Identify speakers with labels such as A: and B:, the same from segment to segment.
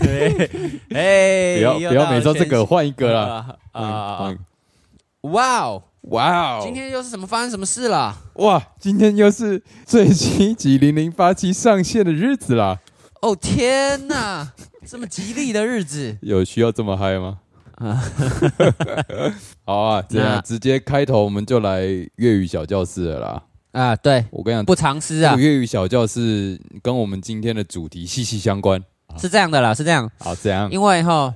A: 对，哎，
B: 不要
A: 又
B: 不要
A: 到
B: 每
A: 了
B: 周这
A: 全
B: 个，换一个啦。
A: 啊啊
B: 啊
A: 啊！！哇哦，
B: 哇哦！
A: 今天又是什么发生什么事了？
B: 哇，今天又是最新一集零零八七上线的日子啦！
A: 哦天哪，这么吉利的日子
B: 有需要这么嗨吗？
A: 啊！
B: 好啊，这样
A: 那
B: 直接开头我们就来粤语小教室了啦。
A: 啊，对，
B: 我跟你讲，
A: 不藏私
B: 这
A: 啊
B: 个，粤语小教室跟我们今天的主题息息相关。
A: 是这样的啦，是这样，
B: 好，怎样
A: 因为哈，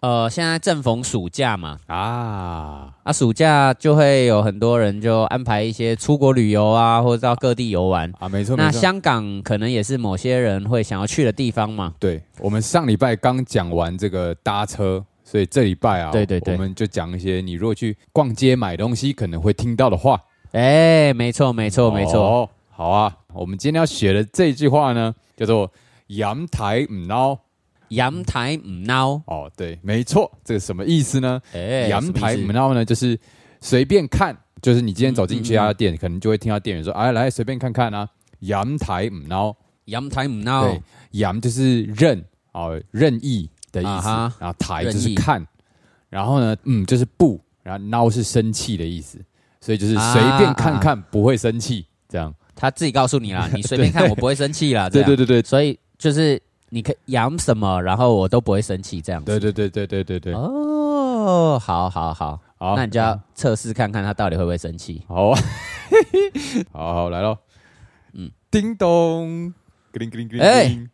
A: 呃，现在正逢暑假嘛，
B: 啊？
A: 啊，暑假就会有很多人就安排一些出国旅游啊，或者到各地游玩。
B: 啊，没错，
A: 那
B: 没错。
A: 香港可能也是某些人会想要去的地方嘛。
B: 对，我们上礼拜刚讲完这个搭车，所以这礼拜啊，
A: 对对对
B: 我们就讲一些你如果去逛街买东西可能会听到的话。
A: 哎、没错，没错，没错。
B: 哦。好啊，我们今天要学的这句话呢，叫做“阳台唔孬
A: 阳台唔孬”。，
B: 哦，对，没错，这个什么意思呢？
A: 哎、
B: 阳台
A: 什么意
B: 唔
A: 思
B: 孬呢，就是随便看，就是你今天走进去
A: 嗯
B: 一家店，可能就会听到店员说：“哎，来随便看看啊。”阳台唔孬，
A: 阳台唔
B: 对
A: 孬，，
B: 阳就是任哦，任意的意
A: 啊
B: 思，
A: 哈
B: 然后台
A: 任
B: 就是
A: 意
B: 看，然后呢，嗯，就是不，然后孬是生气的意思，所以就是
A: 啊
B: 随便看看不会生气，这样。
A: 他自己告诉 你啦，你随便看，我不会生气啦。这
B: 对
A: 样
B: 对对对
A: 所以就是你可以养什么，然后我都不会生气这样子。
B: 对对对对对对对，
A: 哦，好好好，
B: 好，
A: 那你就要测试看看他到底会不会生气。
B: 好 啊，好好来喽，嗯
A: 嗯，
B: 叮咚，叮铃叮铃叮
A: 哎
B: 铃，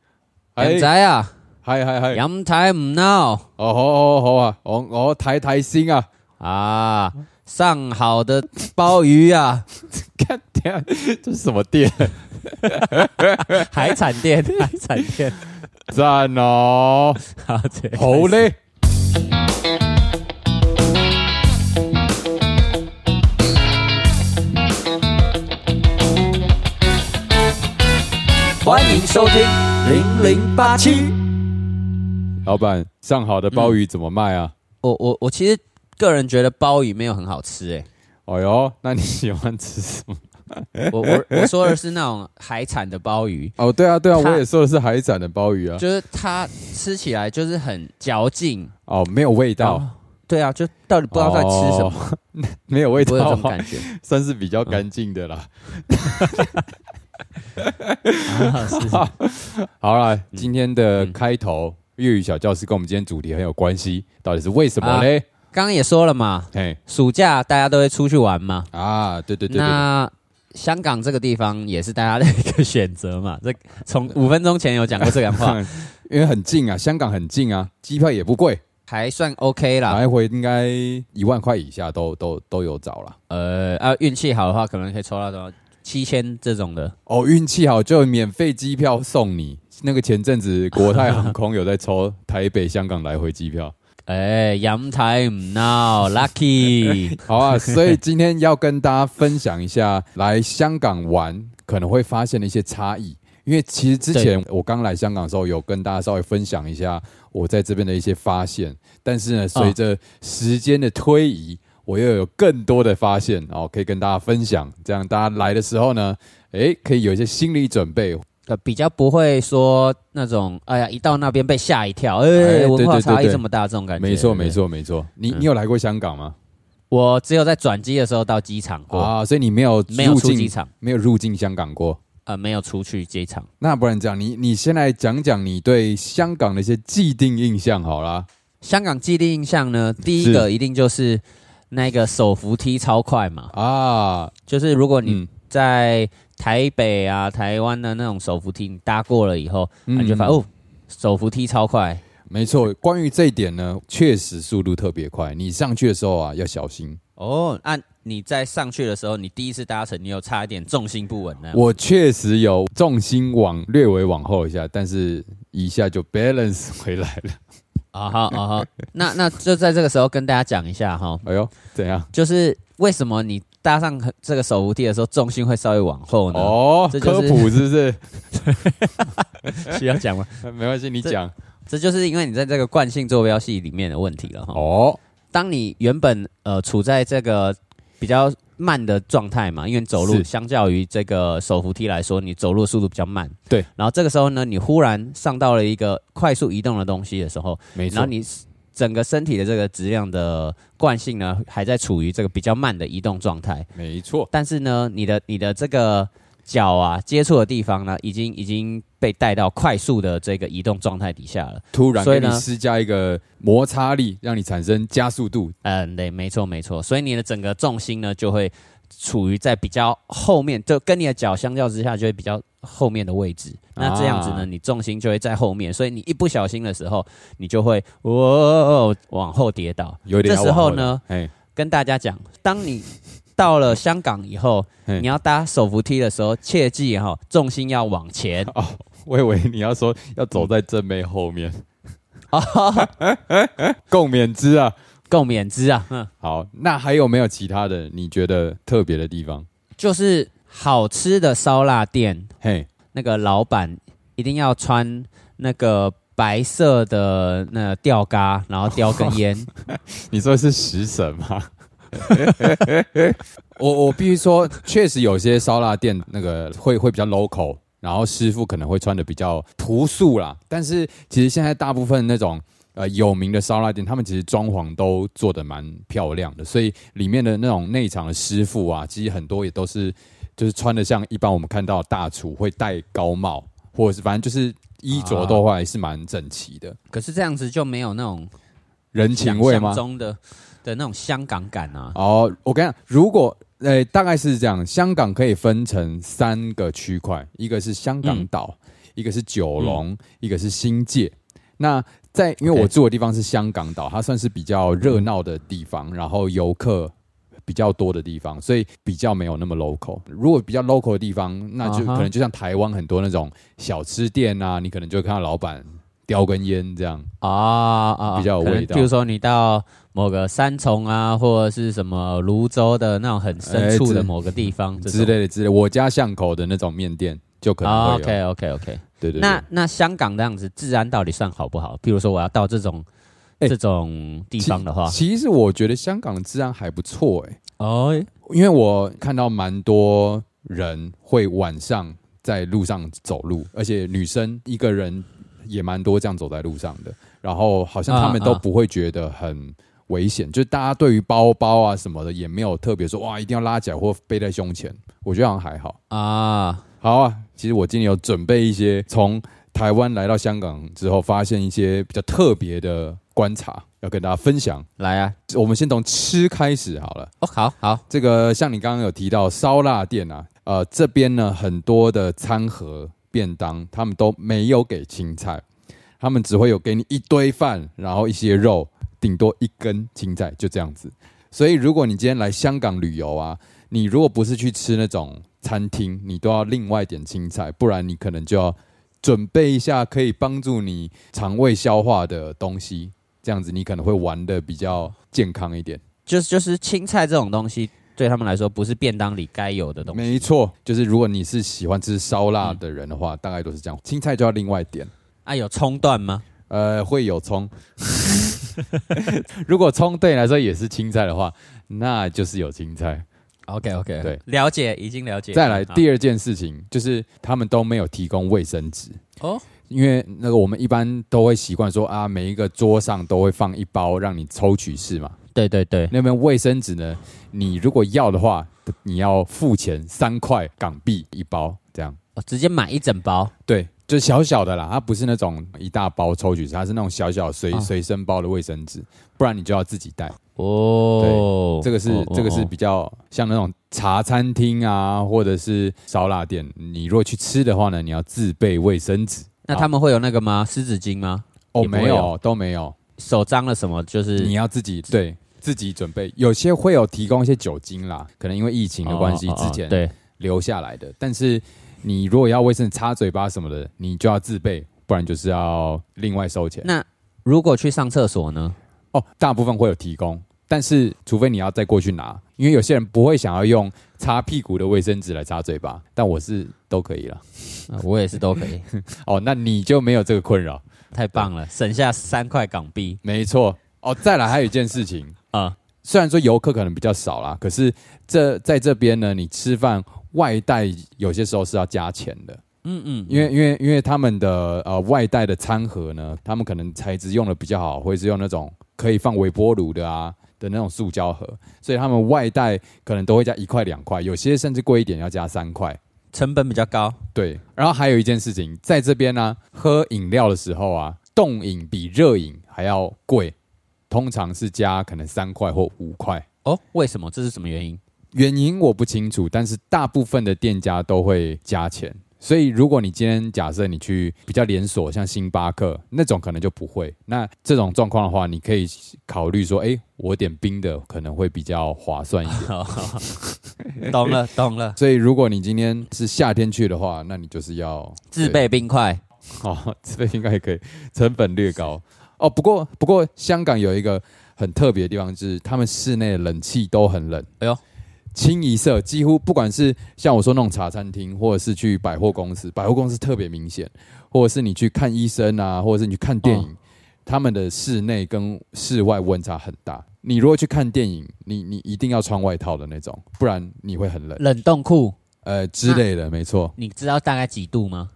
A: 阳
B: 哎，
A: 仔啊，
B: 嗨嗨嗨，
A: 阳台唔孬
B: 哦好好好啊，我我睇睇先啊，
A: 啊，上好的鲍鱼 啊，
B: 看等下这是什么店？
A: 海产店，海产店，
B: 赞哦，
A: 好，这
B: 好嘞，
A: 欢迎收听零零八七。
B: 老板上好的鲍鱼怎么卖啊？
A: 我我我其实个人觉得鲍鱼没有很好吃诶、欸
B: 哦哟，那你喜欢吃什么？
A: 我我我说的是那种海产的鲍鱼，
B: 哦，对啊对啊，
A: 它
B: 我也说的是海产的鲍鱼啊，
A: 就是它吃起来就是很嚼劲，
B: 哦没有味道
A: 然，后对啊，就到底不知道在吃什么，
B: 么， 没有味
A: 不会有这
B: 道
A: 种
B: 啊，
A: 感觉。
B: 算是比较干净的啦。
A: 啊是
B: 好啦，今天的开头粤语小教室跟我们今天主题很有关系，到底是为什么嘞？
A: 刚刚也说了嘛，
B: 嘿
A: 暑假大家都会出去玩嘛，
B: 啊，对对对对，
A: 那。香港这个地方也是大家的一个选择嘛，这从五分钟前有讲过这两 话，
B: 因为很近啊，香港很近啊，机票也不贵，
A: 还算 OK 啦。
B: 来回应该一万块以下都都都有找啦。
A: 呃，啊，运气好的话，可能可以抽到什么七千这种的。
B: 哦，运气好就有免费机票送你。那个前阵子国泰航空有在抽台北、香港来回机票，
A: 哎、阳台唔闹，lucky。
B: 好啊，所以今天要跟大家分享一下来香港玩可能会发现的一些差异。因为其实之前我刚来香港的时候，有跟大家稍微分享一下我在这边的一些发现，但是呢，随着时间的推移，我又有更多的发现，哦，可以跟大家分享。这样大家来的时候呢，诶，可以有一些心理准备。
A: 呃，比较不会说那种，哎呀，一到那边被吓一跳，哎、
B: 哎对
A: 文化
B: 对对
A: 差异
B: 对
A: 这么大，这种感觉。
B: 没错，
A: 对不对
B: 没。错，没错。你
A: 嗯
B: 你有来过香港吗？
A: 我只有在转机的时候到机场过，
B: 啊，所以你没有
A: 没有
B: 入
A: 出机
B: 境，
A: 场，
B: 没有入境香港过。
A: 呃，没有出去机场。
B: 那不然这样，你你先来讲讲你对香港的一些既定印象好啦。
A: 香港既定印象呢，第一个一定就是那个手扶梯超快嘛，
B: 啊，
A: 就是如果你
B: 嗯，
A: 在台北啊、台湾的那种手扶梯，你搭过了以后，
B: 嗯
A: 你就发现、哦，手扶梯超快。
B: 没错。关于这一点呢，确实速度特别快，你上去的时候啊要小心。
A: 哦，那、你在上去的时候，你第一次搭乘，你有差一点重心不稳呢？
B: 我确实有重心往略微往后一下，但是一下就 balance 回来了。
A: 啊哈啊哈，那那就在这个时候跟大家讲一下哈，
B: 哎呦，怎样？
A: 就是为什么你搭上这个手扶梯的时候，重心会稍微往后呢？
B: 哦，
A: 这就
B: 科
A: 是
B: 普是不 是？
A: 需要讲吗？
B: 没关系，你
A: 这
B: 讲。
A: 这就是因为你在这个惯性坐标系里面的问题了哈。
B: 哦，
A: 当你原本呃处在这个比较慢的状态嘛，因为走路
B: 是
A: 相较于这个手扶梯来说，你走路速度比较慢。
B: 对，
A: 然后这个时候呢，你忽然上到了一个快速移动的东西的时候，
B: 没
A: 然后
B: 错，
A: 你整个身体的这个质量的惯性呢，还在处于这个比较慢的移动状态，
B: 没错，
A: 但是呢，你的你的这个脚啊接触的地方呢，已经已经被带到快速的这个移动状态底下了。
B: 突然
A: 所以
B: 给
A: 呢
B: 你施加一个摩擦力，让你产生加速度，
A: 嗯，对，没错没错，所以你的整个重心呢就会处于在比较后面，就跟你的脚相较之下就会比较后面的位置。那这样子呢，
B: 啊
A: 你重心就会在后面，所以你一不小心的时候，你就会哦往后跌倒。
B: 有点
A: 这
B: 要
A: 时
B: 往
A: 候
B: 后
A: 呢，
B: 了， 哎，
A: 跟大家讲，当你到了香港以后，
B: 嘿
A: 你要搭手扶梯的时候，切记哈、重心要往前。
B: 哦我以为你要说要走在正妹后面，
A: 哦
B: 共勉之啊。
A: 共勉之啊。嗯，
B: 好，那还有没有其他的你觉得特别的地方？
A: 就是好吃的烧腊店，
B: 嘿，
A: 那个老板一定要穿那个白色的那吊嘎，然后叼根 烟。
B: 你说的是食神吗？ 我我必须说，确实有些烧腊店那个会会比较 local，然后师傅可能会穿的比较朴素啦。但是其实现在大部分那种呃有名的烧腊店，他们其实装潢都做的蛮漂亮的，所以里面的那种内场的师傅啊，其实很多也都是就是穿的像一般我们看到的大厨会戴高帽，或者是反正就是衣着的话也是蛮整齐的，
A: 可是这样子就没有那种
B: 人情味吗
A: 想象？中的的那种香港感啊。
B: 哦，我跟你讲，如果呃，大概是这样，香港可以分成三个区块，一个是香港岛，
A: 嗯
B: 一个是九龙，一个是新界。那在因为
A: OK
B: 我住的地方是香港岛，它算是比较热闹的地方，然后游客比较多的地方，所以比较没有那么 local。如果比较 local 的地方，那就
A: 啊哈
B: 可能就像台湾很多那种小吃店啊，你可能就会看到老板叼根烟这样。
A: 啊啊，
B: 比较有
A: 可能
B: 味道
A: 譬如说你到某个三重啊，或者是什么泸州的那种很深
B: 哎
A: 处的
B: 之
A: 某个地方这
B: 之
A: 种。啊
B: 类的之类的，我家巷口的那种面店就可能会有。
A: OK OK OK，
B: 对对对。
A: 哦那那香港这样子治安到底算好不好？譬如说我要到这种、
B: 哎
A: 这种地方的话，
B: 其实我觉得香港的治安还不错哎、
A: 哦，
B: 因为我看到蛮多人会晚上在路上走路，而且女生一个人也蛮多这样走在路上的，然后好像他们
A: 啊
B: 都
A: 啊
B: 不会觉得很。危险，就大家对于包包啊什么的也没有特别说哇，一定要拉起来或背在胸前，我觉得好像还好。
A: 啊，
B: 好啊，其实我今天有准备一些从台湾来到香港之后发现一些比较特别的观察，要跟大家分享。
A: 来啊，
B: 我们先从吃开始好了。
A: 哦，好好，
B: 这个像你刚刚有提到烧腊店啊，呃，这边呢很多的餐盒便当，他们都没有给青菜，他们只会有给你一堆饭，然后一些肉，顶多一根青菜，就这样子。所以如果你今天来香港旅游啊，你如果不是去吃那种餐厅，你都要另外点青菜，不然你可能就要准备一下可以帮助你肠胃消化的东西，这样子你可能会玩的比较健康一点。
A: 就是就是青菜这种东西对他们来说不是便当里该有的东西。
B: 没错，嗯就是如果你是喜欢吃烧腊的人的话，大概都是这样。青菜就要另外点，
A: 啊，有葱段吗？
B: 呃，会有 葱。如果葱对你来说也是青菜的话，那就是有青菜。
A: OK OK，
B: 对，
A: 了解，已经了解。
B: 再来
A: 好
B: 第二件事情就是他们都没有提供卫生纸。
A: 哦，
B: 因为那个我们一般都会习惯说啊，每一个桌上都会放一包让你抽取式嘛。
A: 对对对，
B: 那边卫生纸呢，你如果要的话，你要付钱三块港币一包这样。
A: 我哦直接买一整包。
B: 对，就小小的啦，它不是那种一大包抽取式，它是那种小小随
A: 啊
B: 随身包的卫生纸，不然你就要自己带。
A: 哦，
B: 这个是
A: 哦哦
B: 这个是
A: 哦
B: 比较像那种茶餐厅啊，或者是烧腊店，你如果去吃的话呢，你要自备卫生纸。
A: 那他们会有那个吗？湿纸巾吗？
B: 哦，
A: 也不会
B: 没有
A: 有
B: 都没有，
A: 手脏了什么？就是
B: 你要自己对自己准备。有些会有提供一些酒精啦，可能因为疫情的关系，
A: 哦哦哦
B: 之前
A: 对
B: 留下来的。但是你如果要卫生纸擦嘴巴什么的，你就要自备，不然就是要另外收钱。
A: 那如果去上厕所呢？
B: 哦，大部分会有提供，但是除非你要再过去拿，因为有些人不会想要用擦屁股的卫生纸来擦嘴巴，但我是都可以了。
A: 啊我也是都可 以，
B: 哦，那你就没有这个困扰，
A: 太棒了，省下三块港币
B: 没错。哦，再来还有一件事情，
A: 啊！
B: 虽然说游客可能比较少啦，可是这在这边呢，你吃饭外带有些时候是要加钱的。
A: 嗯嗯，
B: 因为因为因为他们的呃外带的餐盒呢，他们可能材质用的比较好，或者是用那种可以放微波炉的啊的那种塑胶盒，所以他们外带可能都会加一块两块，有些甚至贵一点要加三块。
A: 成本比较高，
B: 对，然后还有一件事情，在这边呢、喝饮料的时候啊，冻饮比热饮还要贵，通常是加可能三块或五块。
A: 哦，为什么？这是什么原因？
B: 原因我不清楚，但是大部分的店家都会加钱。所以，如果你今天假设你去比较连锁，像星巴克那种，可能就不会。那这种状况的话，你可以考虑说，哎、我点冰的可能会比较划算一点。
A: 哦 懂了，懂了。
B: 所以，如果你今天是夏天去的话，那你就是要
A: 自备冰块，
B: 哦，这个应该也可以，成本略高哦。不过不过，香港有一个很特别的地方，就是他们室内的冷气都很冷。
A: 哎呦，
B: 清一色，几乎不管是像我说那种茶餐厅，或者是去百货公司，百货公司特别明显，或者是你去看医生啊，或者是你去看电影，
A: 嗯
B: 他们的室内跟室外温差很大。你如果去看电影，你你一定要穿外套的那种，不然你会很冷，
A: 冷冻库，
B: 呃之类的，没错。
A: 你知道大概几度吗？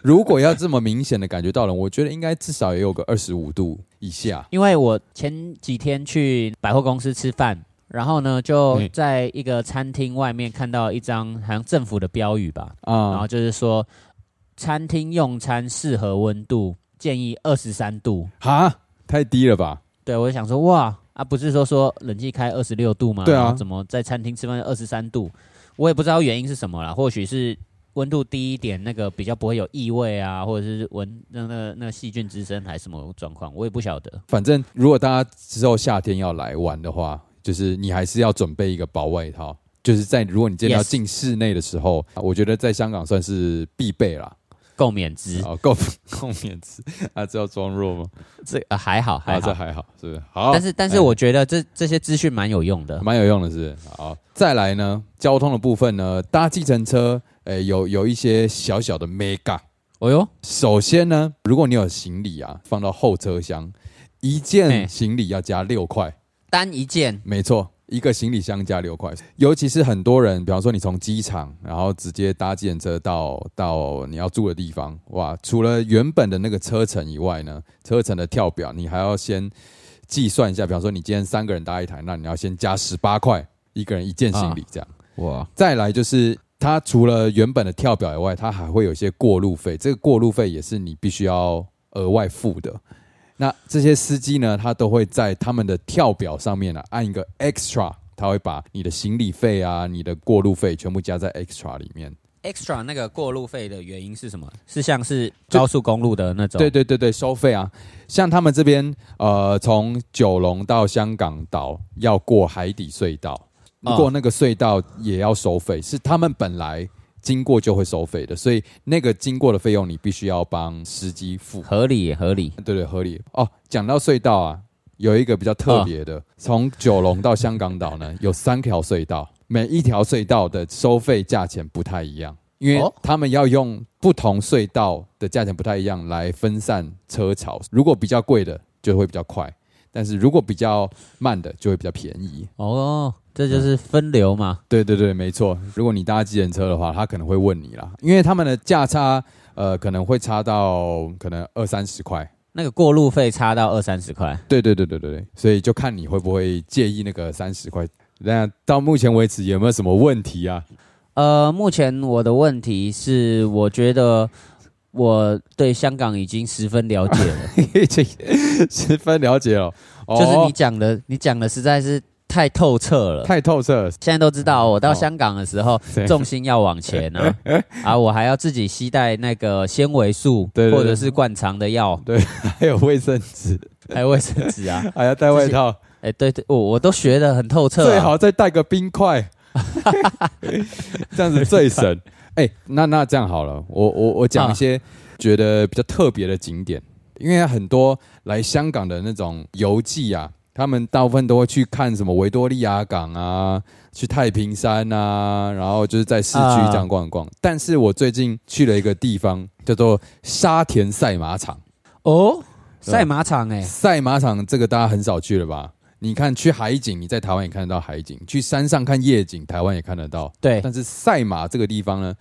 B: 如果要这么明显的感觉到冷，我觉得应该至少也有个二十五度以下。
A: 因为我前几天去百货公司吃饭，然后呢，就
B: 嗯
A: 在一个餐厅外面看到一张好像政府的标语吧，然
B: 啊、
A: 后就是说餐厅用餐适合温度建议二十三度。
B: 哈，太低了吧？
A: 对，我就想说哇啊，不是说说冷气开二十六度吗？
B: 对啊
A: 然后怎么在餐厅吃饭二十三度？我也不知道原因是什么啦，或许是。温度低一点，那个比较不会有异味啊，或者是闻那那那细菌滋生还是什么状况，我也不晓得。
B: 反正如果大家之后夏天要来玩的话，就是你还是要准备一个薄外套。就是在如果你见到
A: Yes
B: 进室内的时候我觉得在香港算是必备啦。
A: 共勉之，
B: 啊，够 够面子啊，这要装弱吗？
A: 这、呃、还好还
B: 啊，
A: 好
B: 这，还好，是不是？好，
A: 但是但是
B: 哎
A: 我觉得这这些资讯蛮有用的。
B: 蛮有用的是不是好，再来呢，交通的部分呢，搭计程车，诶、有有一些小小的 mega。
A: 哦哟，
B: 首先呢，如果你有行李啊，放到后车厢，一件
A: 哎
B: 行李要加六块，
A: 单一件
B: 没错，一个行李箱加六块。尤其是很多人，比方说你从机场，然后直接搭计程车到到你要住的地方，哇，除了原本的那个车程以外呢，车程的跳表你还要先计算一下，比方说你今天三个人搭一台，那你要先加十八块，一个人一件行李这样。
A: 哇，
B: 再来就是它除了原本的跳表以外，它还会有一些过路费，这个过路费也是你必须要额外付的。那这些司机呢，他都会在他们的跳表上面呢、按一个 extra，他会把你的行李费啊、你的过路费全部加在 extra 里面。
A: extra 那个过路费的原因是什么？是像是高速公路的那种，
B: 对对对对，收费啊，像他们这边呃，从九龙到香港岛要过海底隧道，
A: 啊
B: 过那个隧道也要收费，是他们本来经过就会收费的，所以那个经过的费用你必须要帮司机付，
A: 合理也合理。
B: 对对，合理哦。讲到隧道啊，有一个比较特别的，从九龙到香港岛呢，有三条隧道，每一条隧道的收费价钱不太一样，因为
A: 哦
B: 他们要用不同隧道的价钱不太一样来分散车潮。如果比较贵的就会比较快，但是如果比较慢的就会比较便宜。
A: 哦，这就是分流嘛。
B: 对对对，没错。如果你搭计程车的话，他可能会问你啦，因为他们的价差呃可能会差到可能二三十块。
A: 那个过路费差到二三十块，
B: 对对对对对对，所以就看你会不会介意那个三十块。那到目前为止有没有什么问题啊？
A: 呃，目前我的问题是，我觉得我对香港已经十分了解 了，
B: 已经十分了解了，哦
A: 就是你讲的，你讲的实在是太透彻了。
B: 太透彻了。
A: 现在都知道，我到
B: 哦
A: 香港的时候，
B: 对
A: 重心要往前 啊啊！我还要自己携带那个纤维素，
B: 对对对
A: 或者是灌肠的药，
B: 还有卫生纸，
A: 还有卫生纸 啊！
B: 还要带外套，
A: 哎、对对，我我都学的很透彻、啊，
B: 最好再带个冰块， 这样子最省。 哎、那那这样好了，我我我讲一些觉得比较特别的景点，因为很多来香港的那种游记啊，他们大部分都会去看什么维多利亚港啊，去太平山啊，然后就是在市区这样逛一逛。但是我最近去了一个地方，叫做沙田赛马场。
A: 哦。赛马场哎、
B: 赛马场这个大家很少去了吧？你看去海景，你在台湾也看得到海景；去山上看夜景，台湾也看得到。
A: 对，
B: 但是赛马这个地方呢，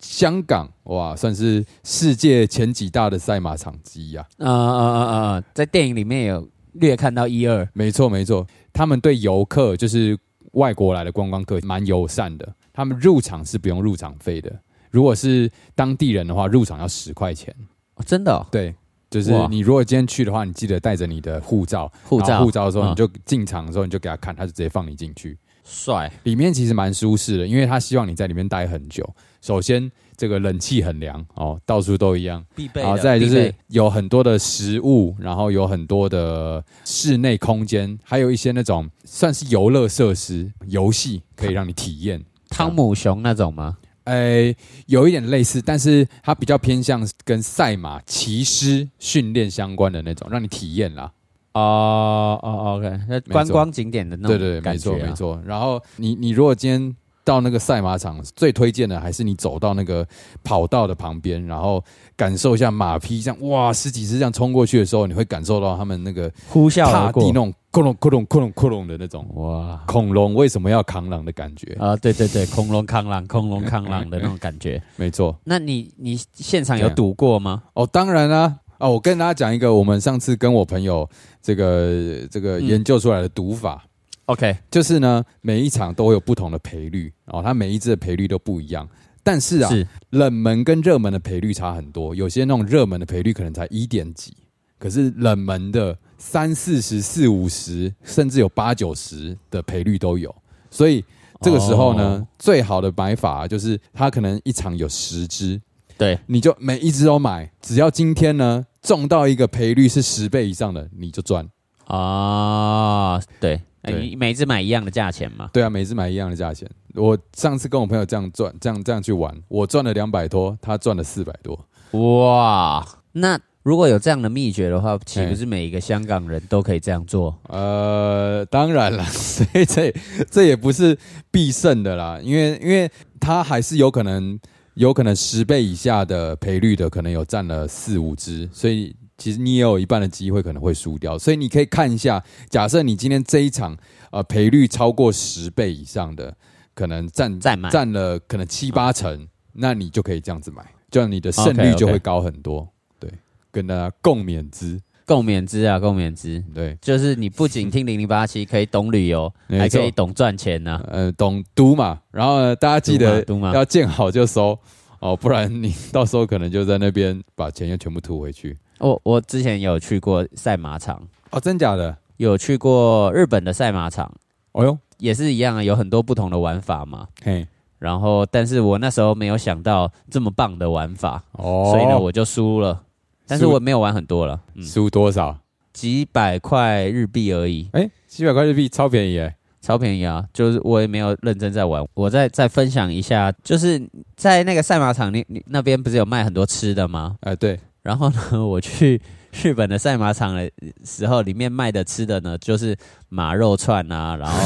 B: 香港哇，算是世界前几大的赛马场之一啊。
A: 呃呃呃呃呃，在电影里面有略看到一二，
B: 没错，没错，他们对游客就是外国来的观光客蛮友善的，他们入场是不用入场费的。如果是当地人的话，入场要十块钱。
A: 哦真的、哦、
B: 对，就是
A: 哇
B: 你如果今天去的话，你记得带着你的护照，
A: 护
B: 然
A: 照
B: 啊后护照的时候
A: 嗯
B: 你就进场的时候你就给他看，他就直接放你进去。
A: 帅，
B: 里面其实蛮舒适的，因为他希望你在里面待很久。首先，这个冷气很凉哦，到处都一样。
A: 必备
B: 然后
A: 的。
B: 再来就
A: 必
B: 是
A: 备
B: 有很多的食物，然后有很多的室内空间，还有一些那种算是游乐设施、游戏可以让你体验。
A: 汤姆熊那种吗？
B: 诶，有一点类似，但是它比较偏向跟赛马、骑师训练相关的那种，让你体验啦。
A: 哦哦，OK，那
B: 错
A: 观光景点的那
B: 对
A: 种
B: 对对，没
A: 感觉
B: 错
A: 啊
B: 没错。然后你你如果今天到那个赛马场，最推荐的还是你走到那个跑道的旁边，然后感受一下马匹这样哇十几只这样冲过去的时候，你会感受到他们那个
A: 呼啸而
B: 踏地
A: 过
B: 那，种咕隆咕隆咕隆咕隆的那种
A: 哇！
B: 恐龙为什么要扛狼的感觉。
A: 啊，对对对，恐龙扛狼，恐龙扛狼的那种感觉。
B: 没错，
A: 那你你现场有
B: 对啊
A: 赌过吗？
B: 哦，当然啦、啊。我跟大家讲一个我们上次跟我朋友这个这个
A: 嗯
B: 研究出来的赌法，
A: OK，
B: 就是呢，每一场都会有不同的赔率哦，它每一支的赔率都不一样。但是啊，
A: 是
B: 冷门跟热门的赔率差很多，有些那种热门的赔率可能才一点几，可是冷门的三四十、四五十，甚至有八九十的赔率都有。所以这个时候呢，
A: 哦
B: 最好的买法啊、就是它可能一场有十支，
A: 对，
B: 你就每一支都买，只要今天呢中到一个赔率是十倍以上的，你就赚。
A: 啊、对，那
B: 对
A: 你每一次买一样的价钱嘛？
B: 对啊，每次买一样的价钱。我上次跟我朋友这样赚，这样这样去玩，我赚了两百多，他赚了四百多。
A: 哇，那如果有这样的秘诀的话，岂
B: 哎
A: 不是每一个香港人都可以这样做？
B: 呃，当然了， 所以这这也不是必胜的啦，因为因为他还是有可能有可能十倍以下的赔率的，可能有占了四五只，所以其实你也有一半的机会可能会输掉。所以你可以看一下，假设你今天这一场呃赔率超过十倍以上的，可能占
A: 再买哦
B: 占了可能七八成，那你就可以这样子买，这样你的胜率
A: OK，OK
B: 就会高很多。对，跟大家共勉之。
A: 共勉之啊，共勉之。
B: 对，
A: 就是你不仅听零零八七可以懂旅游，
B: 没
A: 还可
B: 错
A: 以懂赚钱呢、
B: 呃，懂读嘛，然后呢，大家记得
A: 读嘛读嘛
B: 要见好就收哦，不然你 到时候可能就在那边把钱又全部吐回去
A: 我我之前有去过赛马场，
B: 哦，真假的？
A: 有去过日本的赛马场，
B: 哦哟，
A: 也是一样啊，有很多不同的玩法嘛。
B: 嘿，
A: 然后，但是我那时候没有想到这么棒的玩法，
B: 哦，
A: 所以呢，我就输了。但是
B: 输
A: 我没有玩很多了，嗯，
B: 输多少？
A: 几百块日币而已，
B: 哎，七百块日币超便宜哎，
A: 超便宜啊！就是我也没有认真在玩。我再再分享一下，就是在那个赛马场，你你那边不是有卖很多吃的吗？
B: 哎，对，
A: 然后呢，我去日本的赛马场的时候，里面卖的吃的呢，就是马肉串啊， 然后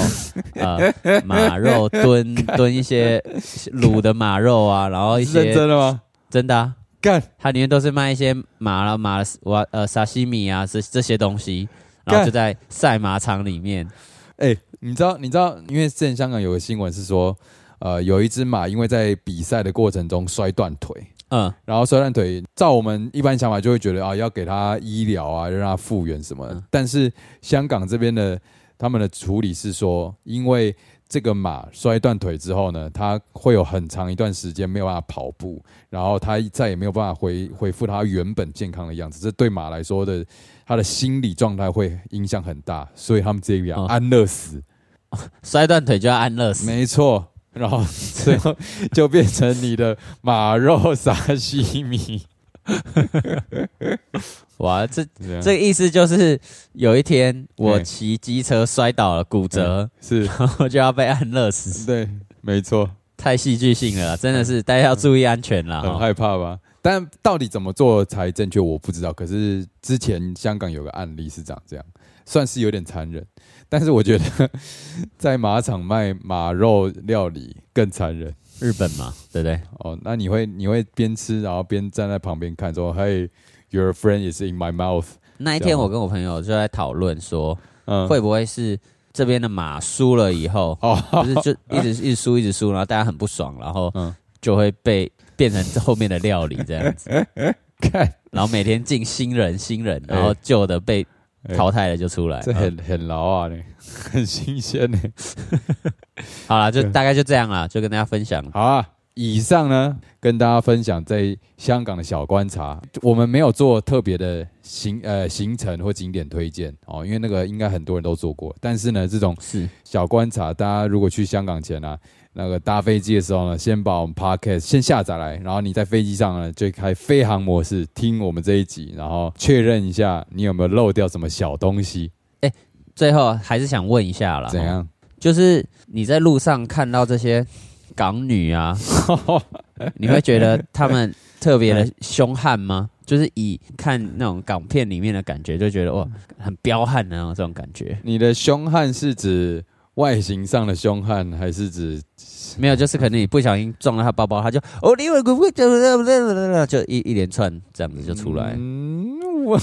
A: 呃马肉炖炖一些卤的马肉啊，然后一
B: 是认
A: 些
B: 真的吗？
A: 真的、啊，
B: 干，
A: 它里面都是卖一些马啦马哇呃沙西米啊这这些东西，然后
B: 干
A: 就在赛马场里面，
B: 哎，你知道，你知道，因为之前香港有个新闻是说，呃，有一只马因为在比赛的过程中摔断腿，
A: 嗯，
B: 然后摔断腿，照我们一般想法就会觉得啊，要给他医疗啊，让他复原什么的。
A: 嗯
B: 但是香港这边的他们的处理是说，因为这个马摔断腿之后呢，它会有很长一段时间没有办法跑步，然后它再也没有办法恢恢复它原本健康的样子。这对马来说的，它的心理状态会影响很大，所以他们这边
A: 哦
B: 安乐死。
A: 摔断腿就要安乐死，
B: 没错。然后最后就变成你的马肉沙西米，
A: 哇，这
B: 这样
A: 这个意思就是有一天我
B: 嗯
A: 骑机车摔倒了骨折，
B: 是
A: 然后就要被安乐死。
B: 对，没错，
A: 太戏剧性了啦，真的是大家要注意安全啦。
B: 很
A: 哈
B: 害怕吧？但到底怎么做才正确，我不知道。可是之前香港有个案例是长这样，算是有点残忍，但是我觉得 在马场卖马肉料理更残忍
A: 日本嘛，对不对？
B: 哦。那你会你会边吃然后边站在旁边看说，Hey，your friend is in my mouth，
A: 那一
B: 这
A: 天
B: 样吗
A: 我跟我朋友就在讨论说，
B: 嗯，
A: 会不会是这边的马输了以 后，
B: 哦，
A: 不是就一直一直输一直输，然后大家很不爽，然后
B: 嗯
A: 就会被变成后面的料理这样子，
B: 看
A: 然后每天进新人新人，
B: 哎
A: 然后旧的被
B: 哎
A: 淘汰了就出来。
B: 这
A: 嗯
B: 很很牢啊，你 很新鲜呢。
A: 好啦，就
B: 对
A: 大概就这样啦，就跟大家分享。
B: 好啊，以上呢跟大家分享在香港的小观察，我们没有做特别的行呃行程或景点推荐哦，因为那个应该很多人都做过，但是呢这种
A: 是
B: 小观察，大家如果去香港前啊，那个搭飞机的时候呢，先把我们 podcast 先下载来，然后你在飞机上呢就开飞行模式听我们这一集，然后确认一下你有没有漏掉什么小东西，
A: 最后还是想问一下啦，
B: 怎样？
A: 就是你在路上看到这些港女啊，你会觉得她们特别的凶悍吗？就是以看那种港片里面的感觉，就觉得哇，很彪悍的那种这种感觉。
B: 你的凶悍是指外形上的凶悍，还是指
A: 没有，就是可能你不小心撞到她包包，她就哦，你以为不会就就一一连串这样子就出来。
B: 嗯，我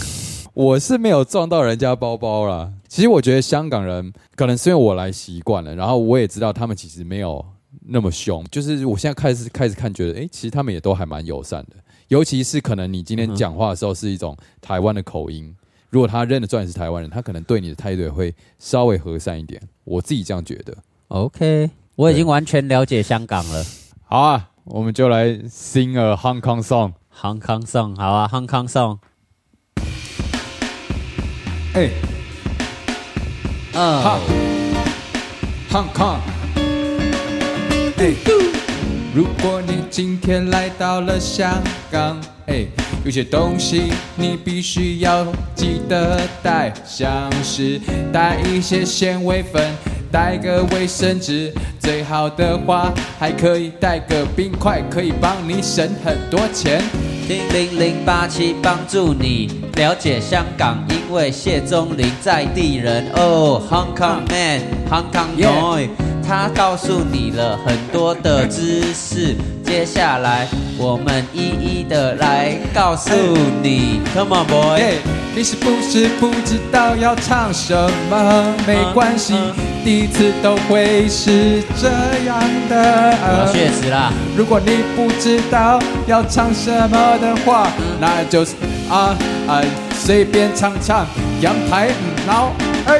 B: 我是没有撞到人家包包啦。其实我觉得香港人可能是因为我来习惯了，然后我也知道他们其实没有那么凶。就是我现在开始开始看，觉得诶，其实他们也都还蛮友善的。尤其是可能你
A: 嗯
B: 今天
A: 哼
B: 讲话的时候是一种台湾的口音，如果他认得出来你是台湾人，他可能对你的态度也会稍微和善一点。我自己这样觉得。
A: OK，我已经
B: 对
A: 完全了解香港了。
B: 好啊，我们就来 sing a Hong Kong song。
A: Hong Kong Song，好啊，Hong Kong Song，
B: 哎、
A: 嗯、
B: 哈，Hong Kong。如果你今天来到了香港，哎，有些东西你必须要记得带，像是带一些纤维粉，带个卫生纸，最好的话还可以带个冰块，可以帮你省很多钱。
A: 零零零八七帮助你了解香港，因为谢宗林在地人哦、h o n g Kong man，Hong Kong boy，、他告诉你了很多的知识。接下来我们一一的来告诉你，Come on boy，、
C: 耶你是不是不知道要唱什么？没关系
A: 嗯，
C: 第一次都会是这样
A: 我
C: 的。
A: 确实啦，
C: 如果你不知道要唱什么的话，
A: 嗯
C: 那就是啊啊，随便唱唱，阳台嗯挠，哎，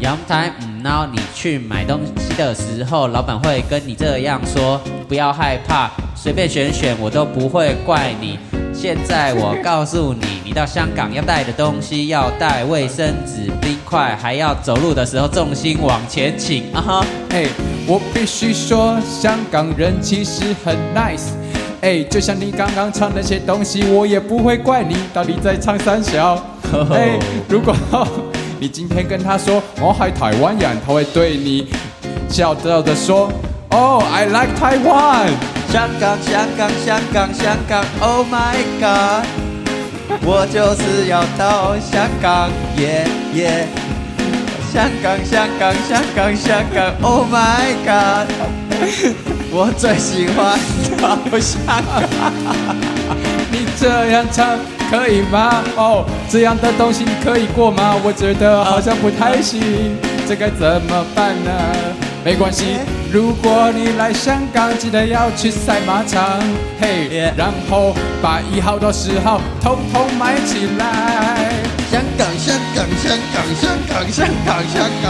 A: 阳台嗯，然后你去买东西的时候，老板会跟你这样说：不要害怕，随便选选，我都不会怪你。现在我告诉你，你到香港要带的东西要带卫生纸、冰块，还要走路的时候重心往前倾啊哈！
C: 哎，我必须说，香港人其实很 nice。哎，就像你刚刚唱那些东西，我也不会怪你，到底在唱三小？哎，如果你今天跟他说我海台湾人，他会对你笑笑的说，哦、i like Taiwan。
A: 香港，香港，香港，香港，Oh my God！我就是要到香港，耶耶！香港，香港，香港，香港，Oh my God！我最喜欢到香港。
C: 你这样唱可以吗？哦，这样的东西你可以过吗？我觉得好像不太行，这该怎么办呢？没关系，如果你来香港，记得要去赛马场，嘿
A: Yeah
C: 然后把一号到十号通通买起来。
D: 香港，香港，香港，香港，香港，香港，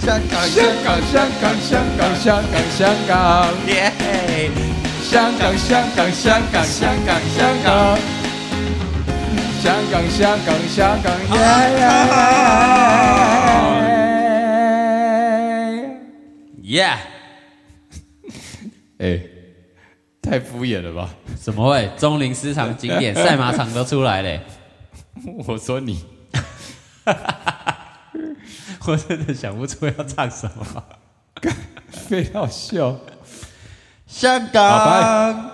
D: 香港，香港，
C: 香
D: 香
C: 港，香港，香港，香港，香港，
A: 耶！
C: 香港，香港，香港，香港，香港，香港，香港，香港，耶
A: 耶！
B: 哎、太敷衍了吧？
A: 怎么会？中林市场景点赛马场都出来嘞！
B: 我说你。
A: 我真的想不出要唱什么。
C: 非要笑。
D: 香
B: 好
D: 港，